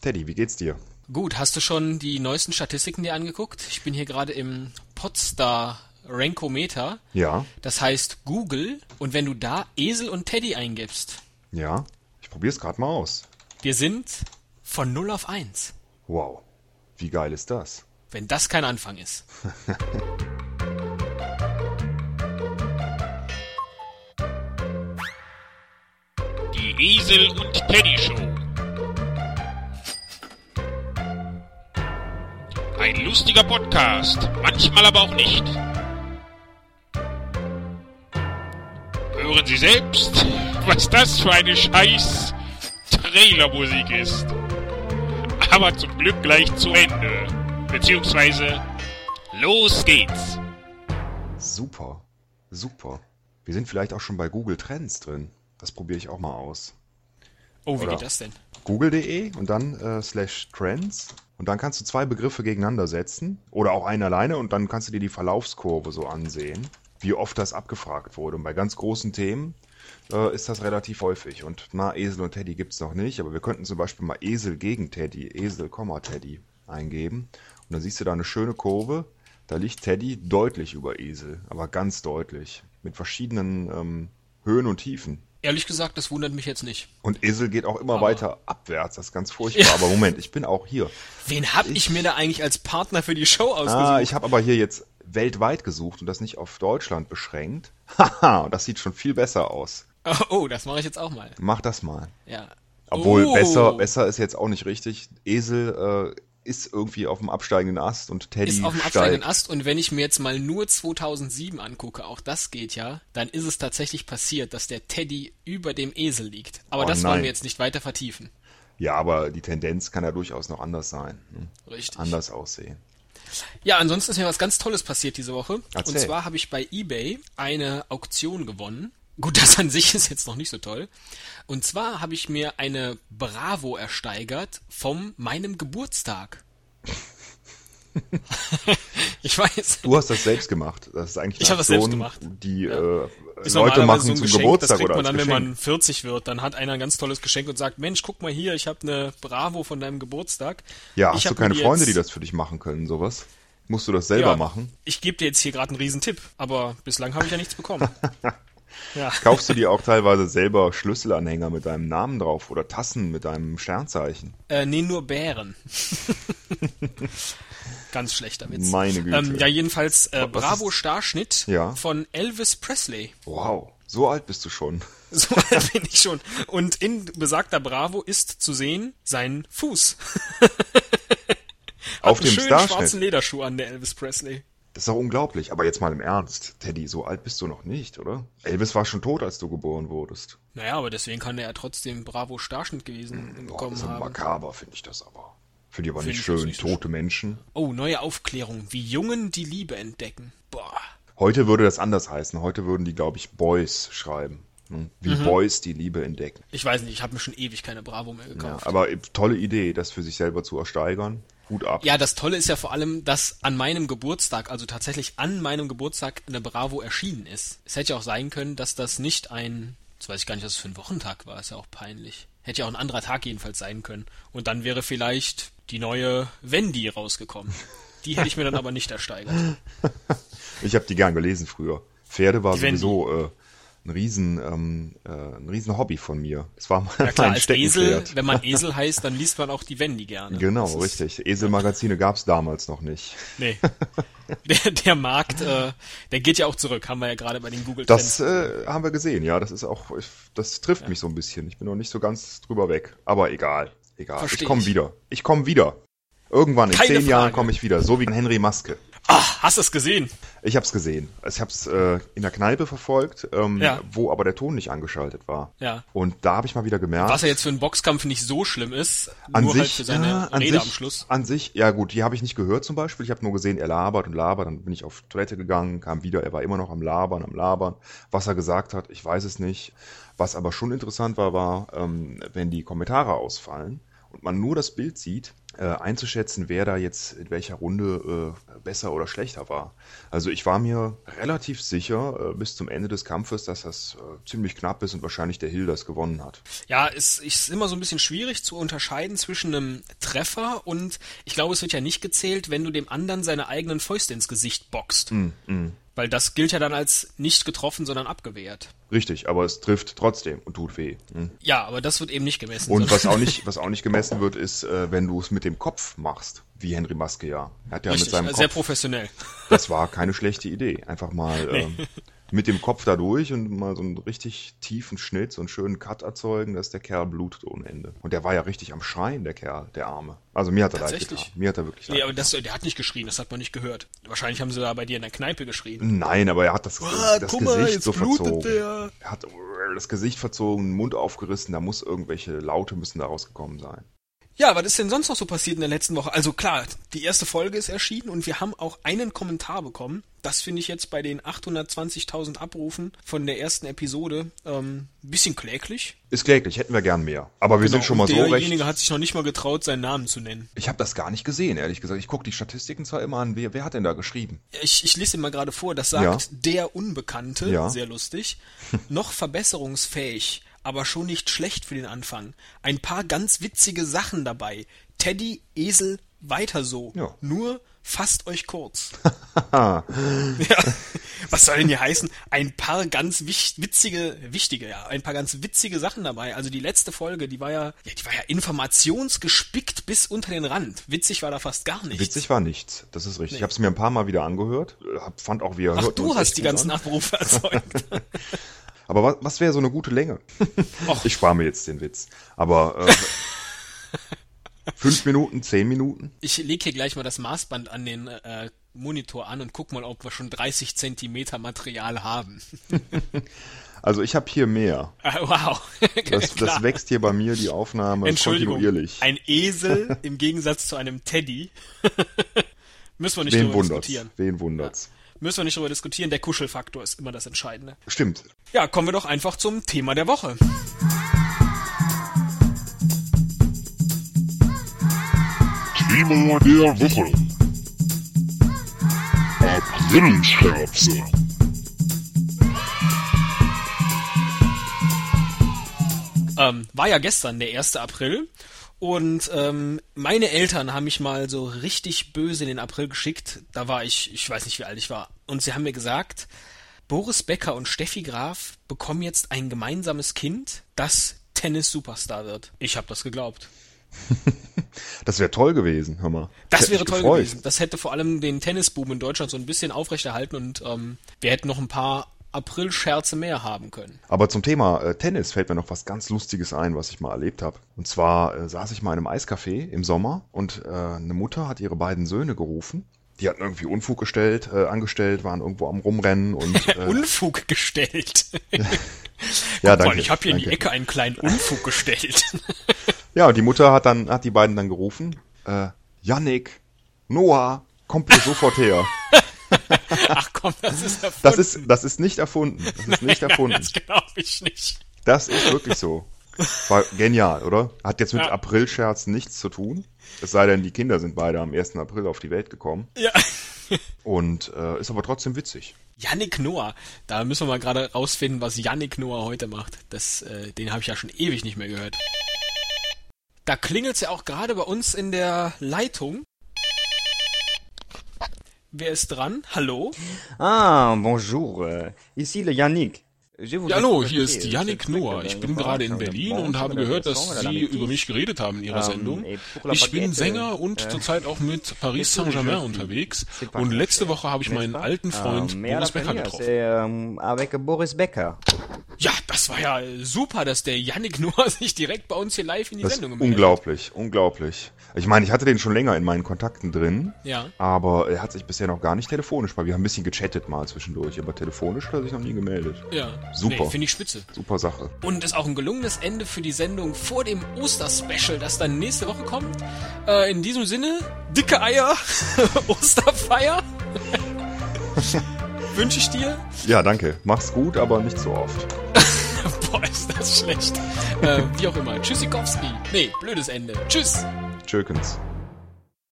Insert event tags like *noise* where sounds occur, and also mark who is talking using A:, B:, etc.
A: Teddy, wie geht's dir?
B: Gut, hast du schon die neuesten Statistiken dir angeguckt? Ich bin hier gerade im Podstar Rankometer.
A: Ja,
B: Das heißt Google. Und wenn du da Esel und Teddy eingibst,
A: ja. Ich probier's gerade mal aus.
B: wir sind von 0 auf 1.
A: Wow. Wie geil ist das?
B: Wenn das kein Anfang ist.
C: Die Esel und Teddy Show. Ein lustiger Podcast, manchmal aber auch nicht. Hören Sie selbst, was das für eine scheiß Trailermusik ist. Aber zum Glück gleich zu Ende. Beziehungsweise, los geht's.
A: Super. Super. Wir sind vielleicht auch schon bei Google Trends drin. Das probiere ich auch mal aus.
B: Oh, wie
A: Oder?
B: geht das denn?
A: Google.de und dann äh, slash Trends. Und dann kannst du zwei Begriffe gegeneinander setzen oder auch einen alleine und dann kannst du dir die Verlaufskurve so ansehen, wie oft das abgefragt wurde. Und bei ganz großen Themen äh, ist das relativ häufig. Und na, Esel und Teddy gibt's noch nicht, aber wir könnten zum Beispiel mal Esel gegen Teddy, Esel, Komma, Teddy eingeben. Und dann siehst du da eine schöne Kurve. Da liegt Teddy deutlich über Esel, aber ganz deutlich. Mit verschiedenen ähm, Höhen und Tiefen.
B: Ehrlich gesagt, das wundert mich jetzt nicht.
A: Und Esel geht auch immer weiter abwärts. Das ist ganz furchtbar. Aber Moment, ich bin auch hier.
B: Wen hab ich, mir da eigentlich als Partner für die Show ausgesucht?
A: Ah, ich habe aber hier jetzt weltweit gesucht und das nicht auf Deutschland beschränkt. *laughs* Haha, und das sieht schon viel besser aus.
B: oh, das mache ich jetzt auch mal.
A: Mach das mal.
B: Ja.
A: Obwohl,
B: Oh.
A: besser, besser ist jetzt auch nicht richtig. Esel äh, ist irgendwie auf dem absteigenden Ast und Teddy
B: ist auf dem absteigenden
A: steigt.
B: Ast und wenn ich mir jetzt mal nur 2007 angucke, auch das geht ja, dann ist es tatsächlich passiert, dass der Teddy über dem Esel liegt. Aber
A: Oh
B: das wollen
A: nein.
B: wir jetzt nicht weiter vertiefen.
A: Ja, aber die Tendenz kann ja durchaus noch anders sein. ne?
B: Richtig.
A: Anders aussehen.
B: Ja, ansonsten ist mir was ganz Tolles passiert diese Woche.
A: Erzähl.
B: Und zwar habe ich bei eBay eine Auktion gewonnen. Gut, das an sich ist jetzt noch nicht so toll. Und zwar habe ich mir eine Bravo ersteigert vom meinem
A: *laughs*
B: Geburtstag. ich weiß.
A: Du hast das selbst gemacht. Das ist eigentlich
B: Ich
A: eine
B: hab das selbst
A: Aktion,
B: gemacht.
A: die äh,
B: Ist
A: Leute
B: normalerweise
A: machen
B: so ein
A: zum
B: Geschenk, das
A: Geburtstag
B: kriegt
A: oder als
B: man dann,
A: Geschenk.
B: wenn man 40 wird, dann hat einer ein ganz tolles Geschenk und sagt, Mensch, guck mal hier, ich habe eine Bravo von deinem Geburtag.
A: Ja,
B: ich
A: hast du
B: hab
A: keine
B: mir
A: Freunde,
B: jetzt-
A: die das für dich machen können, sowas? Musst du das selber
B: ja,
A: machen?
B: Ich gebe dir jetzt hier gerade einen riesen Tipp, aber bislang habe ich ja nichts
A: *laughs*
B: bekommen. ja.
A: Kaufst du dir auch teilweise selber Schlüsselanhänger mit deinem Namen drauf oder Tassen mit deinem Sternzeichen?
B: Äh, nee, nur Bären. *laughs* Ganz schlechter Witz.
A: Meine Güte.
B: Ähm, ja, jedenfalls äh,
A: was ist-
B: Bravo-Starschnitt
A: Ja.
B: von Elvis Presley.
A: Wow, so alt bist du schon.
B: So *laughs* alt bin ich schon. Und in besagter Bravo ist zu sehen sein Fuß. *laughs*
A: Auf
B: Einen
A: dem
B: schönen schwarzen
A: Starschnitt.
B: Lederschuh an der Elvis Presley.
A: Das ist doch unglaublich. Aber jetzt mal im Ernst, Teddy, so alt bist du noch nicht, oder? Elvis war schon tot, als du geboren wurdest.
B: Naja, aber deswegen kann er ja trotzdem Bravo Starschnitt gewesen
A: Hm, Boah,
B: bekommen
A: so
B: haben.
A: makaber finde ich das aber. Finde ich aber nicht
B: ich jetzt
A: schön,
B: nicht so
A: tote Menschen.
B: Oh, neue Aufklärung. Wie Jungen die Liebe entdecken. Boah.
A: Heute würde das anders heißen. Heute würden die, glaube ich, Boys schreiben. ne? Wie
B: Mhm.
A: Boys die Liebe entdecken.
B: Ich weiß nicht, ich habe mir schon ewig keine Bravo mehr
A: Ja,
B: gekauft.
A: aber äh, tolle Idee, das für sich selber zu ersteigern. Hut ab.
B: Ja, das Tolle ist ja vor allem, dass an meinem Geburtstag, also tatsächlich an meinem Geburtstag, eine Bravo erschienen ist. Es hätte ja auch sein können, dass das nicht ein, jetzt weiß ich gar nicht, was es für ein Wochentag war, ist ja auch peinlich. Hätte ja auch ein anderer Tag jedenfalls sein können. Und dann wäre vielleicht die neue Wendy rausgekommen. Die hätte ich mir dann aber nicht ersteigert.
A: Ich habe die gern gelesen früher. Pferde war
B: Die Wendy.
A: sowieso äh, ein, riesen, ähm, äh, ein riesen Hobby von mir. Es war mein, *laughs*
B: Ja klar,
A: mein
B: als Esel,
A: Steckenpferd.
B: wenn man Esel heißt, dann liest man auch die Wendy gerne.
A: Genau,
B: Das ist-
A: richtig. Eselmagazine gab es damals noch nicht.
B: Nee. *laughs* Der, der Markt, äh, der geht ja auch zurück, haben wir ja gerade bei den Google
A: Das äh, haben wir gesehen, ja. Das ist auch, ich, das trifft mich so ein bisschen. Ich bin noch nicht so ganz drüber weg. Aber egal, egal.
B: Versteh
A: ich komme
B: ich.
A: wieder. Ich komme wieder. Irgendwann in
B: Keine
A: zehn Jahren
B: Frage.
A: komme ich wieder. So wie Henry Maske.
B: Ach, Ah, hast du es gesehen?
A: Ich hab's gesehen. Ich hab's äh, in der Kneipe verfolgt, ähm,
B: Ja.
A: wo aber der Ton nicht angeschaltet war.
B: Ja.
A: Und da habe ich mal wieder gemerkt.
B: Was ja jetzt für einen Boxkampf nicht so schlimm ist,
A: Ah. an
B: nur
A: sich,
B: halt für seine
A: ja, an
B: Rede
A: sich,
B: am Schluss.
A: An sich, ja gut, die habe ich nicht gehört zum Beispiel. Ich habe nur gesehen, er labert und labert. Dann bin ich auf Toilette gegangen, kam wieder, er war immer noch am Labern, am Labern. Was er gesagt hat, ich weiß es nicht. Was aber schon interessant war, war, ähm, wenn die Kommentare ausfallen und man nur das Bild sieht, äh, einzuschätzen, wer da jetzt in welcher Runde äh, besser oder schlechter war. Also ich war mir relativ sicher äh, bis zum Ende des Kampfes, dass das äh, ziemlich knapp ist und wahrscheinlich der Hill das gewonnen hat.
B: Ja, es ist immer so ein bisschen schwierig zu unterscheiden zwischen einem Treffer und ich glaube, es wird ja nicht gezählt, wenn du dem anderen seine eigenen Fäuste ins Gesicht boxt.
A: Hm,
B: Weil das gilt ja dann als nicht getroffen, sondern abgewehrt.
A: Richtig, aber es trifft trotzdem und tut weh. Hm.
B: Ja, aber das wird eben nicht gemessen.
A: Und
B: sondern-
A: was auch
B: *laughs*
A: nicht, was auch nicht gemessen wird, ist, äh, wenn du es mit dem Kopf machst, wie Henry Maske ja. Er hat ja
B: *laughs* Richtig,
A: mit seinem
B: sehr
A: Kopf,
B: professionell.
A: das war keine schlechte Idee. Einfach mal ähm, mit dem Kopf da durch und mal so einen richtig tiefen Schnitt, so einen schönen Cut erzeugen, dass der Kerl blutet ohne Ende. Und der war ja richtig am Schreien, der Kerl, der Arme. Also mir hat er leid
B: Tatsächlich?
A: getan. Mir hat er wirklich leid
B: Nee, aber
A: getan.
B: das, der hat nicht geschrien, das hat man nicht gehört. Wahrscheinlich haben sie da bei dir in der Kneipe geschrien.
A: Nein, aber er hat das,
B: Ah,
A: das
B: guck mal,
A: Gesicht
B: jetzt
A: so
B: blutet
A: verzogen.
B: der.
A: Er hat das Gesicht verzogen, den Mund aufgerissen, da muss irgendwelche Laute müssen da rausgekommen sein.
B: Ja, was ist denn sonst noch so passiert in der letzten Woche? Also klar, die erste Folge ist erschienen und wir haben auch einen Kommentar bekommen. Das finde ich jetzt bei den 820.000 Abrufen von der ersten Episode ähm, ein bisschen kläglich.
A: Ist kläglich, hätten wir gern mehr. Aber wir sind schon mal so
B: Genau, Derjenige
A: recht.
B: hat sich noch nicht mal getraut, seinen Namen zu nennen.
A: Ich habe das gar nicht gesehen, ehrlich gesagt. Ich gucke die Statistiken zwar immer an, wer, wer hat denn da geschrieben?
B: Ich, ich lese dir mal gerade vor, das sagt
A: Ja.
B: der Unbekannte,
A: Ja. *laughs*
B: sehr lustig, noch verbesserungsfähig, aber schon nicht schlecht für den Anfang. Ein paar ganz witzige Sachen dabei. Teddy, Esel, weiter so.
A: Ja.
B: Nur fasst
A: *laughs*
B: euch kurz. ja. Was soll denn hier heißen? Ein paar ganz wich, witzige, wichtige, ja, ein paar ganz witzige Sachen dabei. Also die letzte Folge, die war ja, ja die war ja informationsgespickt bis unter den Rand. Witzig war da fast gar nichts.
A: Witzig war nichts, das ist richtig. Ich habe es mir ein paar Mal wieder angehört, äh, hab, fand auch, wir
B: Ach,
A: hörten
B: du
A: uns
B: hast
A: echt
B: die
A: gut
B: ganzen
A: an.
B: Abrufe erzeugt.
A: Aber was, was wäre so eine gute Länge?
B: *laughs* Och.
A: Ich spare mir jetzt den Witz.
B: *laughs*
A: Aber äh, fünf Minuten, zehn Minuten?
B: Ich lege hier gleich mal das Maßband an den äh, Monitor an und guck mal, ob wir schon 30 Zentimeter Material haben. *laughs*
A: Also ich habe hier mehr.
B: Äh, wow.
A: Das,
B: Klar.
A: das wächst hier bei mir die Aufnahme
B: Entschuldigung.
A: kontinuierlich.
B: Ein
A: *laughs*
B: Esel im Gegensatz zu einem Teddy. *laughs* Müssen wir nicht
A: Wen
B: drüber
A: wundert's?
B: diskutieren.
A: Wen wundert's?
B: Müssen wir nicht drüber diskutieren. Der Kuschelfaktor ist immer das Entscheidende.
A: Stimmt.
B: Ja, kommen wir doch einfach zum Thema der Woche.
D: Thema der Woche. Aprilscherze.
B: Ähm, war ja gestern, der 1. April. Und ähm, meine Eltern haben mich mal so richtig böse in den April geschickt. Da war ich, ich weiß nicht, wie alt ich war. Und sie haben mir gesagt, Boris Becker und Steffi Graf bekommen jetzt ein gemeinsames Kind, das Tennis-Superstar wird. Ich habe das geglaubt.
A: Das wäre toll gewesen, hör mal.
B: Das
A: Hätt
B: wäre
A: mich
B: toll
A: gefreut.
B: gewesen. Das hätte vor allem den Tennisboom in Deutschland so ein bisschen aufrechterhalten und ähm, wir hätten noch ein paar April-Scherze mehr haben können.
A: Aber zum Thema äh, Tennis fällt mir noch was ganz Lustiges ein, was ich mal erlebt habe. Und zwar äh, saß ich mal in einem Eiscafé im Sommer und äh, eine Mutter hat ihre beiden Söhne gerufen. Die hatten irgendwie Unfug gestellt, äh, angestellt, waren irgendwo am Rumrennen und äh, *laughs*
B: Unfug gestellt. *laughs*
A: ja,
B: Weil ich habe hier in die Ecke einen kleinen
A: *laughs*
B: Unfug gestellt.
A: Ja, und die Mutter hat dann hat die beiden dann gerufen. Äh, Yannick, Noah, kommt bitte sofort her.
B: Ach komm, das ist erfunden.
A: Das ist das ist nicht erfunden. Das ist nicht erfunden.
B: Das glaube ich nicht.
A: Das ist wirklich so. War genial, oder? Hat jetzt mit
B: Ja.
A: Aprilscherzen nichts zu tun. Es sei denn, die Kinder sind beide am 1. April auf die Welt gekommen.
B: Ja.
A: Und äh, ist aber trotzdem witzig.
B: Yannick Noah. Da müssen wir mal gerade rausfinden, was Yannick Noah heute macht. Das, äh, den habe ich ja schon ewig nicht mehr gehört. Da klingelt's ja auch gerade bei uns in der Leitung. Wer ist dran? Hallo?
E: Ah, bonjour. euh, Ici le Yannick. Je vous
F: Ja, hallo, hier ist Yannick Noah. Ich
E: ne
F: bin gerade in Berlin und habe gehört, dass Sie über mich geredet haben in Ihrer
E: Ähm,
F: Sendung.
E: et pour la
F: Ich bin
E: baguette,
F: Sänger und
E: äh,
F: zurzeit auch mit Paris
E: c'est tout,
F: Saint-Germain
E: je suis-
F: unterwegs.
E: c'est Ah, pas
F: Und
E: grave,
F: letzte
E: ja.
F: Woche habe ich meinen
E: Ähm,
F: alten Freund Boris Becker getroffen.
E: C'est euh, avec Boris Becker.
B: Ja, das war ja äh, super, dass der Yannick *laughs* Noah sich direkt bei uns hier live in die
A: Das ist
B: Sendung gemeldet hat.
A: unglaublich, unglaublich. Ich meine, ich hatte den schon länger in meinen Kontakten drin.
B: Ja.
A: Aber er hat sich bisher noch gar nicht telefonisch bei. Wir haben ein bisschen gechattet mal zwischendurch, aber telefonisch hat er sich noch nie gemeldet.
B: Ja.
A: Super.
B: Nee, Finde ich spitze.
A: Super Sache.
B: Und ist auch ein gelungenes Ende für die Sendung vor dem Osterspecial, das dann nächste Woche kommt. Äh, in diesem Sinne, dicke Eier, *laughs* Osterfeier. *laughs* Wünsche ich dir. *laughs*
A: Ja, danke. Mach's gut, aber nicht so oft.
B: Boah, ist das schlecht. Äh, wie auch immer. Tschüssikowski. Nee, blödes Ende. Tschüss.
A: Tschökens.